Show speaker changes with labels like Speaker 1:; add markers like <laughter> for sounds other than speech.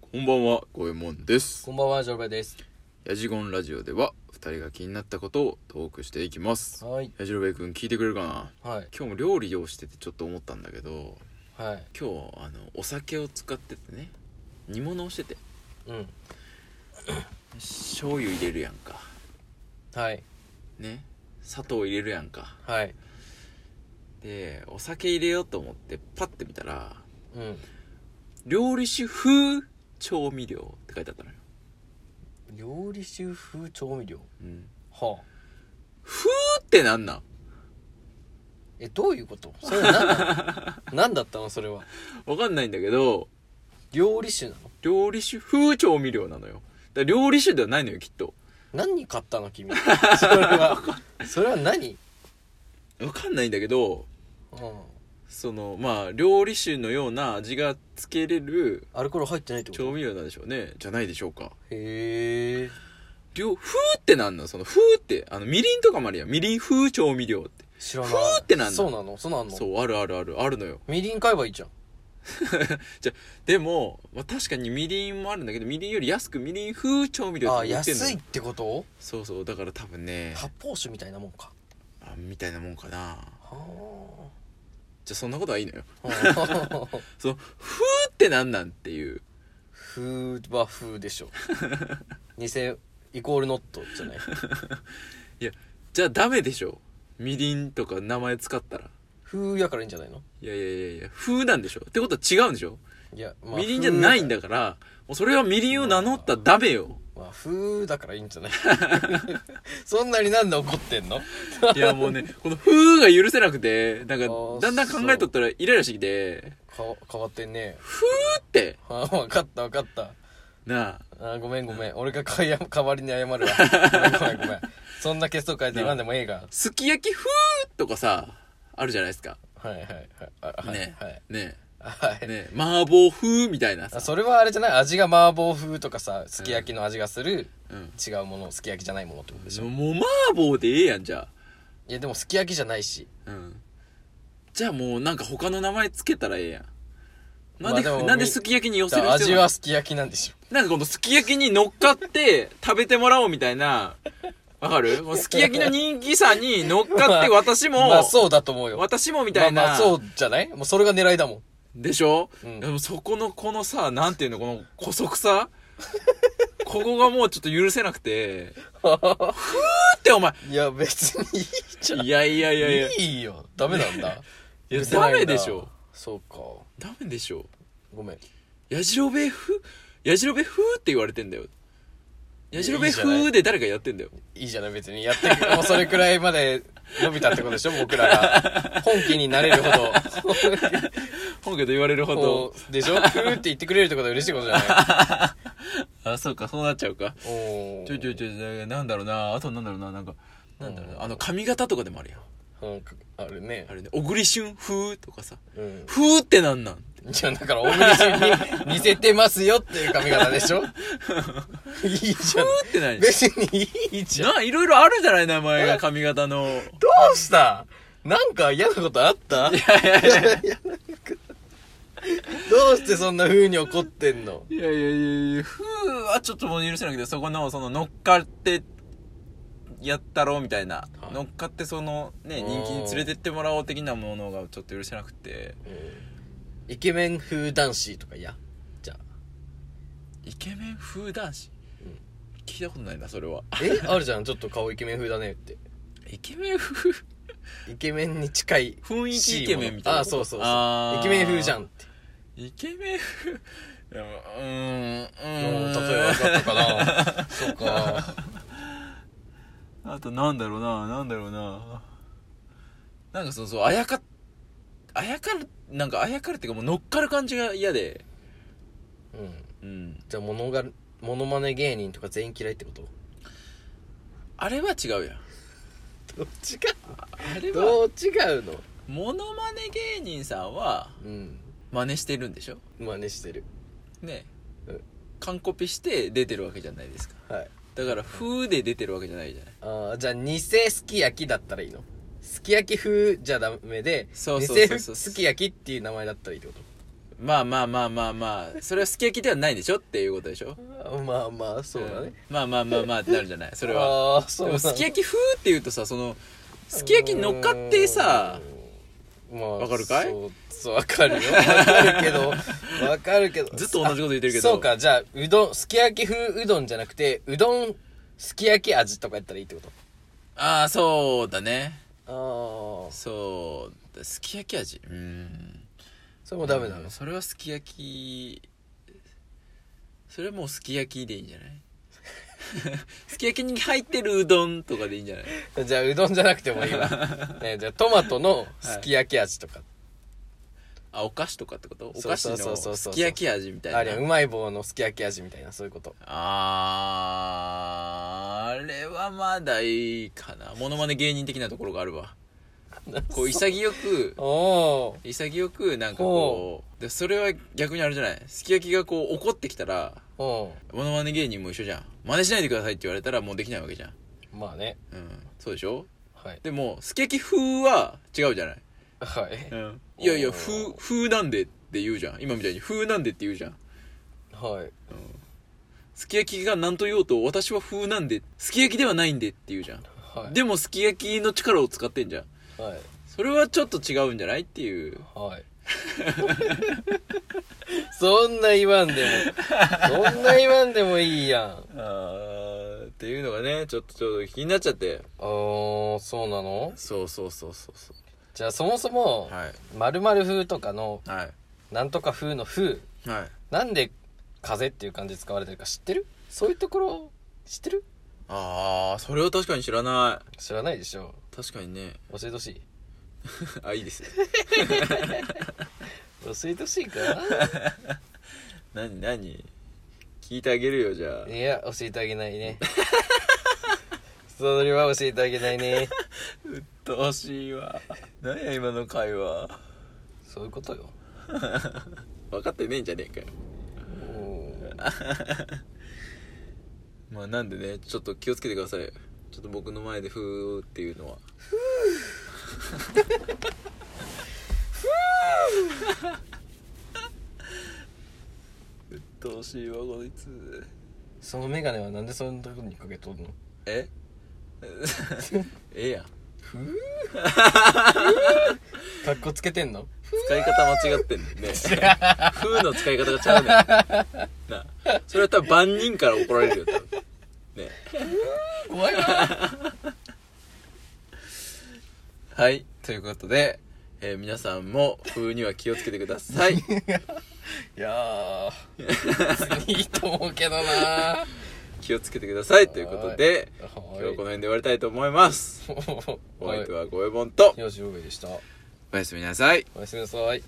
Speaker 1: こんばんは、五右衛門です。
Speaker 2: こんばんは、ジョルバイです。
Speaker 1: ヤジゴンラジオでは、二人が気になったことをトークしていきます。
Speaker 2: はい。
Speaker 1: ヤジロベイ君聞いてくれるかな
Speaker 2: はい。
Speaker 1: 今日も料理をしててちょっと思ったんだけど、
Speaker 2: はい。
Speaker 1: 今日、あの、お酒を使っててね、煮物をしてて、
Speaker 2: うん。
Speaker 1: 醤油入れるやんか。
Speaker 2: はい。
Speaker 1: ね。砂糖入れるやんか。
Speaker 2: はい。
Speaker 1: で、お酒入れようと思って、パッて見たら、
Speaker 2: うん。
Speaker 1: 料理酒風調味料って書いてあったのよ。
Speaker 2: 料理酒風調味料。
Speaker 1: うん。
Speaker 2: はあ。
Speaker 1: 風ってなんなん
Speaker 2: え、どういうことそれは何な <laughs> の何だったのそれは。
Speaker 1: わかんないんだけど、
Speaker 2: 料理酒なの
Speaker 1: 料理酒風調味料なのよだから料理酒ではないのよきっと
Speaker 2: 何買ったの君。それは。 <laughs> それは何
Speaker 1: わかんないんだけど
Speaker 2: うん。
Speaker 1: そのまあ料理酒のような味がつけれる
Speaker 2: アルコール入ってないってこと
Speaker 1: 調味料なんでしょうねじゃないでしょうか
Speaker 2: へえ。
Speaker 1: 料風ってなんなのその風ってあのみりんとかもあるやんみりん風調味料って
Speaker 2: 知らない。
Speaker 1: 風ってなんだ
Speaker 2: そうなのそうなの
Speaker 1: そうあるあるあるあるのよ
Speaker 2: みりん買えばいいじゃん。
Speaker 1: でも、まあ、確かにみりんもあるんだけどみりんより安くみりん風調味料っ
Speaker 2: ああ、
Speaker 1: て言ってんのよ
Speaker 2: 安いってこと
Speaker 1: そうそうだから多分ね
Speaker 2: 発泡酒みたいなもんか。
Speaker 1: あみたいなもんかな
Speaker 2: は
Speaker 1: じゃあそんなことはいいのよ
Speaker 2: <laughs> あ。
Speaker 1: その風ってなんなんっていう
Speaker 2: 風は風で
Speaker 1: <laughs>
Speaker 2: しょ偽イコールノットじゃない
Speaker 1: じゃあダメでしょみりんとか名前使ったら
Speaker 2: 風やからいいんじゃないの
Speaker 1: いやいやいやいや風なんでしょってことは違うんでしょ、
Speaker 2: いや、
Speaker 1: みりんじゃないん
Speaker 2: だ
Speaker 1: だからもうそれはみりんを名乗ったらダメ
Speaker 2: <laughs>
Speaker 1: よ
Speaker 2: まあ風だからいいんじゃない <laughs> そんなになんで怒ってんの
Speaker 1: いやもうねこの風が許せなくてなんか
Speaker 2: ー
Speaker 1: だんだん考えとったらイライラしてきて
Speaker 2: か変わってんね
Speaker 1: 風って
Speaker 2: あ分かった分かった
Speaker 1: なあ
Speaker 2: あごめんごめん俺がかや代わりに謝るわごめんごめんごめんそんな結束変えて言わんでもええが
Speaker 1: すき焼き風とかさあるじゃないですか
Speaker 2: はいはいはいあはい
Speaker 1: ね
Speaker 2: はい
Speaker 1: ね
Speaker 2: はい、
Speaker 1: えねえ麻婆風みたいな
Speaker 2: あ
Speaker 1: さ、
Speaker 2: それはあれじゃない味が麻婆風とかさすき焼きの味がする
Speaker 1: うん、
Speaker 2: 違うものすき焼きじゃないものってことでしょ
Speaker 1: もう麻婆でええやんじゃ
Speaker 2: いやでもすき焼きじゃないし
Speaker 1: あうんじゃあもうなんか他の名前つけたらええやんなんで,、
Speaker 2: まあでも
Speaker 1: なんですき焼きに寄せ
Speaker 2: だ
Speaker 1: る
Speaker 2: から
Speaker 1: 必
Speaker 2: 味
Speaker 1: 要なの
Speaker 2: はすき焼きなんでしょ
Speaker 1: なんかこのすき焼きに乗っかって食べてもらおうみたいな。わか
Speaker 2: <laughs>
Speaker 1: るもうすき焼きの人気さに乗っかって私も、
Speaker 2: まあそうだと思うよ
Speaker 1: 私もみたいな。
Speaker 2: まあまあそうじゃないもうそれが狙いだもん
Speaker 1: でしょ、
Speaker 2: うん
Speaker 1: でもそこのこのさ、なんていうの、この古速
Speaker 2: <laughs>
Speaker 1: さここがもうちょっと許せなく
Speaker 2: <laughs>
Speaker 1: て。ふーってお前。
Speaker 2: いや別にいいじゃん
Speaker 1: いやいやいやいや。
Speaker 2: いいよダメなんだ
Speaker 1: いや
Speaker 2: 許せないんだ
Speaker 1: ダメでしょ
Speaker 2: そうか
Speaker 1: ダメでしょ。
Speaker 2: ごめん
Speaker 1: やじろべえふ、やじろべえふーって言われてんだよ。やじろべえふ
Speaker 2: いいじゃな
Speaker 1: ーで誰かやってんだよ。
Speaker 2: いいじゃない別にやって
Speaker 1: <laughs>
Speaker 2: もうそれくらいまで伸びたってことでしょ僕
Speaker 1: <laughs>
Speaker 2: らが本気になれるほど
Speaker 1: 本家と言われるほど
Speaker 2: こ。
Speaker 1: <laughs>
Speaker 2: うでしょふーって言ってくれるってことは嬉しいことじゃない
Speaker 1: あ、そうか、そうなっちゃうか。
Speaker 2: おー
Speaker 1: ちょいちょいちょいえーなんだろうなあとなんだろうななんかなんだろうなあの髪型とかでもあるやん
Speaker 2: うんあれね
Speaker 1: あれね小栗旬風とかさ
Speaker 2: うん
Speaker 1: 風ってなんなん
Speaker 2: いや、だから、大栗旬に似せてますよっていう髪型
Speaker 1: <laughs>
Speaker 2: でしょいいじ
Speaker 1: 風
Speaker 2: ゃん。
Speaker 1: って何
Speaker 2: 別にいいじゃん。
Speaker 1: ないろいろあるじゃない名前が髪型 <laughs> のい
Speaker 2: どうしたなんか嫌なことあっ
Speaker 1: や
Speaker 2: た
Speaker 1: いやいや
Speaker 2: どうしてそんな風に怒ってんの
Speaker 1: いやいやいや風はちょっともう許せなくてそこのその乗っかってやったろうみたいな、
Speaker 2: はい
Speaker 1: 乗っかってそのね人気に連れてってもらおう的なものがちょっと許せなくて
Speaker 2: イケメン風男子とか嫌じゃ
Speaker 1: イケメン風男子、
Speaker 2: うん
Speaker 1: 聞いたことないなそれは
Speaker 2: あ。えあるじゃん。ちょっと顔イケメン風だねって。
Speaker 1: イケメン風
Speaker 2: イケメンに近い。
Speaker 1: 雰囲気イケメンみたいな
Speaker 2: あ、そうそう
Speaker 1: あー
Speaker 2: そう。イケメン風じゃんって。
Speaker 1: イケメン風いやうーんう
Speaker 2: う
Speaker 1: ーん
Speaker 2: ん、例えば分かったか
Speaker 1: <laughs>
Speaker 2: なそうか。
Speaker 1: あとなんだろうななんだろうななんかそうそうあやかあやかるなんかあやかるっていうかもう乗っかる感じが嫌で
Speaker 2: うん。
Speaker 1: うん
Speaker 2: じゃあ、ものが、モノマネ芸人とか全員嫌いってこと
Speaker 1: あれは違うやん
Speaker 2: <laughs> どっちか
Speaker 1: あれは
Speaker 2: どう違うの
Speaker 1: モノマネ芸人さんは
Speaker 2: うん
Speaker 1: 真似してるんでしょ
Speaker 2: 真似してる
Speaker 1: ね
Speaker 2: うん
Speaker 1: 完コピして出てるわけじゃないですか
Speaker 2: はい
Speaker 1: だから風で出てるわけじゃないじゃない
Speaker 2: あーじゃあ偽すき焼きだったらいいのすき焼き風じゃダメで
Speaker 1: そうそうそうそう
Speaker 2: 偽すき焼きっていう名前だったらいいってこと
Speaker 1: まあまあまあまあまあそれはすき焼きではないでしょっていうことでしょ
Speaker 2: まあまあそうだね、
Speaker 1: んまあまあまあまあってなるじゃないそれは
Speaker 2: ああそ
Speaker 1: で
Speaker 2: う
Speaker 1: も
Speaker 2: だ
Speaker 1: すき焼き風って言うとさそのすき焼きに乗っかってさ
Speaker 2: まあ
Speaker 1: わかるかい
Speaker 2: そうそうわかるよわかるけ
Speaker 1: <laughs>
Speaker 2: どわかるけど
Speaker 1: ずっと同じこと言ってるけど
Speaker 2: そうかじゃあうどんすき焼き風うどんじゃなくてうどんすき焼き味とかやったらいいってこと
Speaker 1: ああそうだね
Speaker 2: ああ
Speaker 1: そうすき焼き味うん
Speaker 2: それもダメなの、
Speaker 1: うんそれはすき焼きそれはもうすき焼きでいいんじゃない
Speaker 2: <laughs>
Speaker 1: すき焼きに入ってるうどんとかでいいんじゃない
Speaker 2: じゃあうどんじゃなくてもいい
Speaker 1: <laughs>
Speaker 2: わ、ね、じゃあトマトのすき焼き味とか、
Speaker 1: あお菓子とかってことお
Speaker 2: そう
Speaker 1: 菓子
Speaker 2: そうそうそう
Speaker 1: のすき焼き味みたいな
Speaker 2: あれうまい棒のすき焼き味みたいなそういうこと
Speaker 1: あーあれはまだいいかなモノマネ芸人的なところがあるわこう潔く
Speaker 2: おお
Speaker 1: 潔くなんかこうでそれは逆にあれじゃないすき焼きがこう怒ってきたら
Speaker 2: ーお
Speaker 1: モノマネ芸人も一緒じゃん真似しないでくださいって言われたらもうできないわけじゃん
Speaker 2: ーまあね
Speaker 1: うんそうでしょ
Speaker 2: はい
Speaker 1: でもすき焼き風は違うじゃない、
Speaker 2: はい
Speaker 1: うん、いやいや
Speaker 2: おー
Speaker 1: 風風なんでって言うじゃん今みたいに風なんでって言うじゃん
Speaker 2: はい
Speaker 1: すき焼きが何と言おうと私は風なんですき焼きではないんでって言うじゃん
Speaker 2: はい
Speaker 1: でもすき焼きの力を使ってんじゃん
Speaker 2: はい
Speaker 1: それはちょっと違うんじゃないっていう
Speaker 2: はいそんな言わんでもそんな言わんでもいいや
Speaker 1: あーっていうのがねちょっとちょっと気になっちゃって
Speaker 2: んおーそうなの
Speaker 1: そうそうそうそうそ
Speaker 2: じゃあそもそも
Speaker 1: うはい
Speaker 2: 〇〇風とかの
Speaker 1: はい
Speaker 2: なんとか風の風
Speaker 1: はい
Speaker 2: なんで風っていう漢字使われてるか知ってるそういうところ知ってる
Speaker 1: あーそれは確かに知らな
Speaker 2: 知らないでしょ
Speaker 1: い確かにね <laughs>
Speaker 2: 教えてほしい
Speaker 1: あいい <laughs> ですよ
Speaker 2: 教えてほしいか
Speaker 1: 何何聞いてあげるよじゃあ <laughs>
Speaker 2: ないや教えてあげないねそれは教えてあげないね
Speaker 1: うっとうしいわ何や今の会話
Speaker 2: そういうことよ
Speaker 1: 分かってねえんじゃねえかよ
Speaker 2: うん
Speaker 1: <laughs> まあなんでねちょっと気をつけてくださいちょっと僕の前で「ふー」っていうのはふー <laughs> うっとうしいわこいつ
Speaker 2: そのメガネはなんでそんなとこにかけとんの
Speaker 1: え <laughs> ええやん
Speaker 2: かっこつけてんの
Speaker 1: 使い方間違ってんだよね「ふー」の使い方がちゃうねんなあそれは多分万人から怒られるよ多分ね
Speaker 2: <laughs> 怖いわ
Speaker 1: はい。ということで、えー皆さんも風には気をつけてください。
Speaker 2: いやーいいと思うけどな
Speaker 1: <laughs> 気をつけてください。ということで、今日
Speaker 2: は
Speaker 1: はこ
Speaker 2: い
Speaker 1: の辺で終わりたいと思います。
Speaker 2: は
Speaker 1: お
Speaker 2: い
Speaker 1: 相手はごえぼんと、
Speaker 2: よし上でした
Speaker 1: おやすみなさい。
Speaker 2: おやすみなさい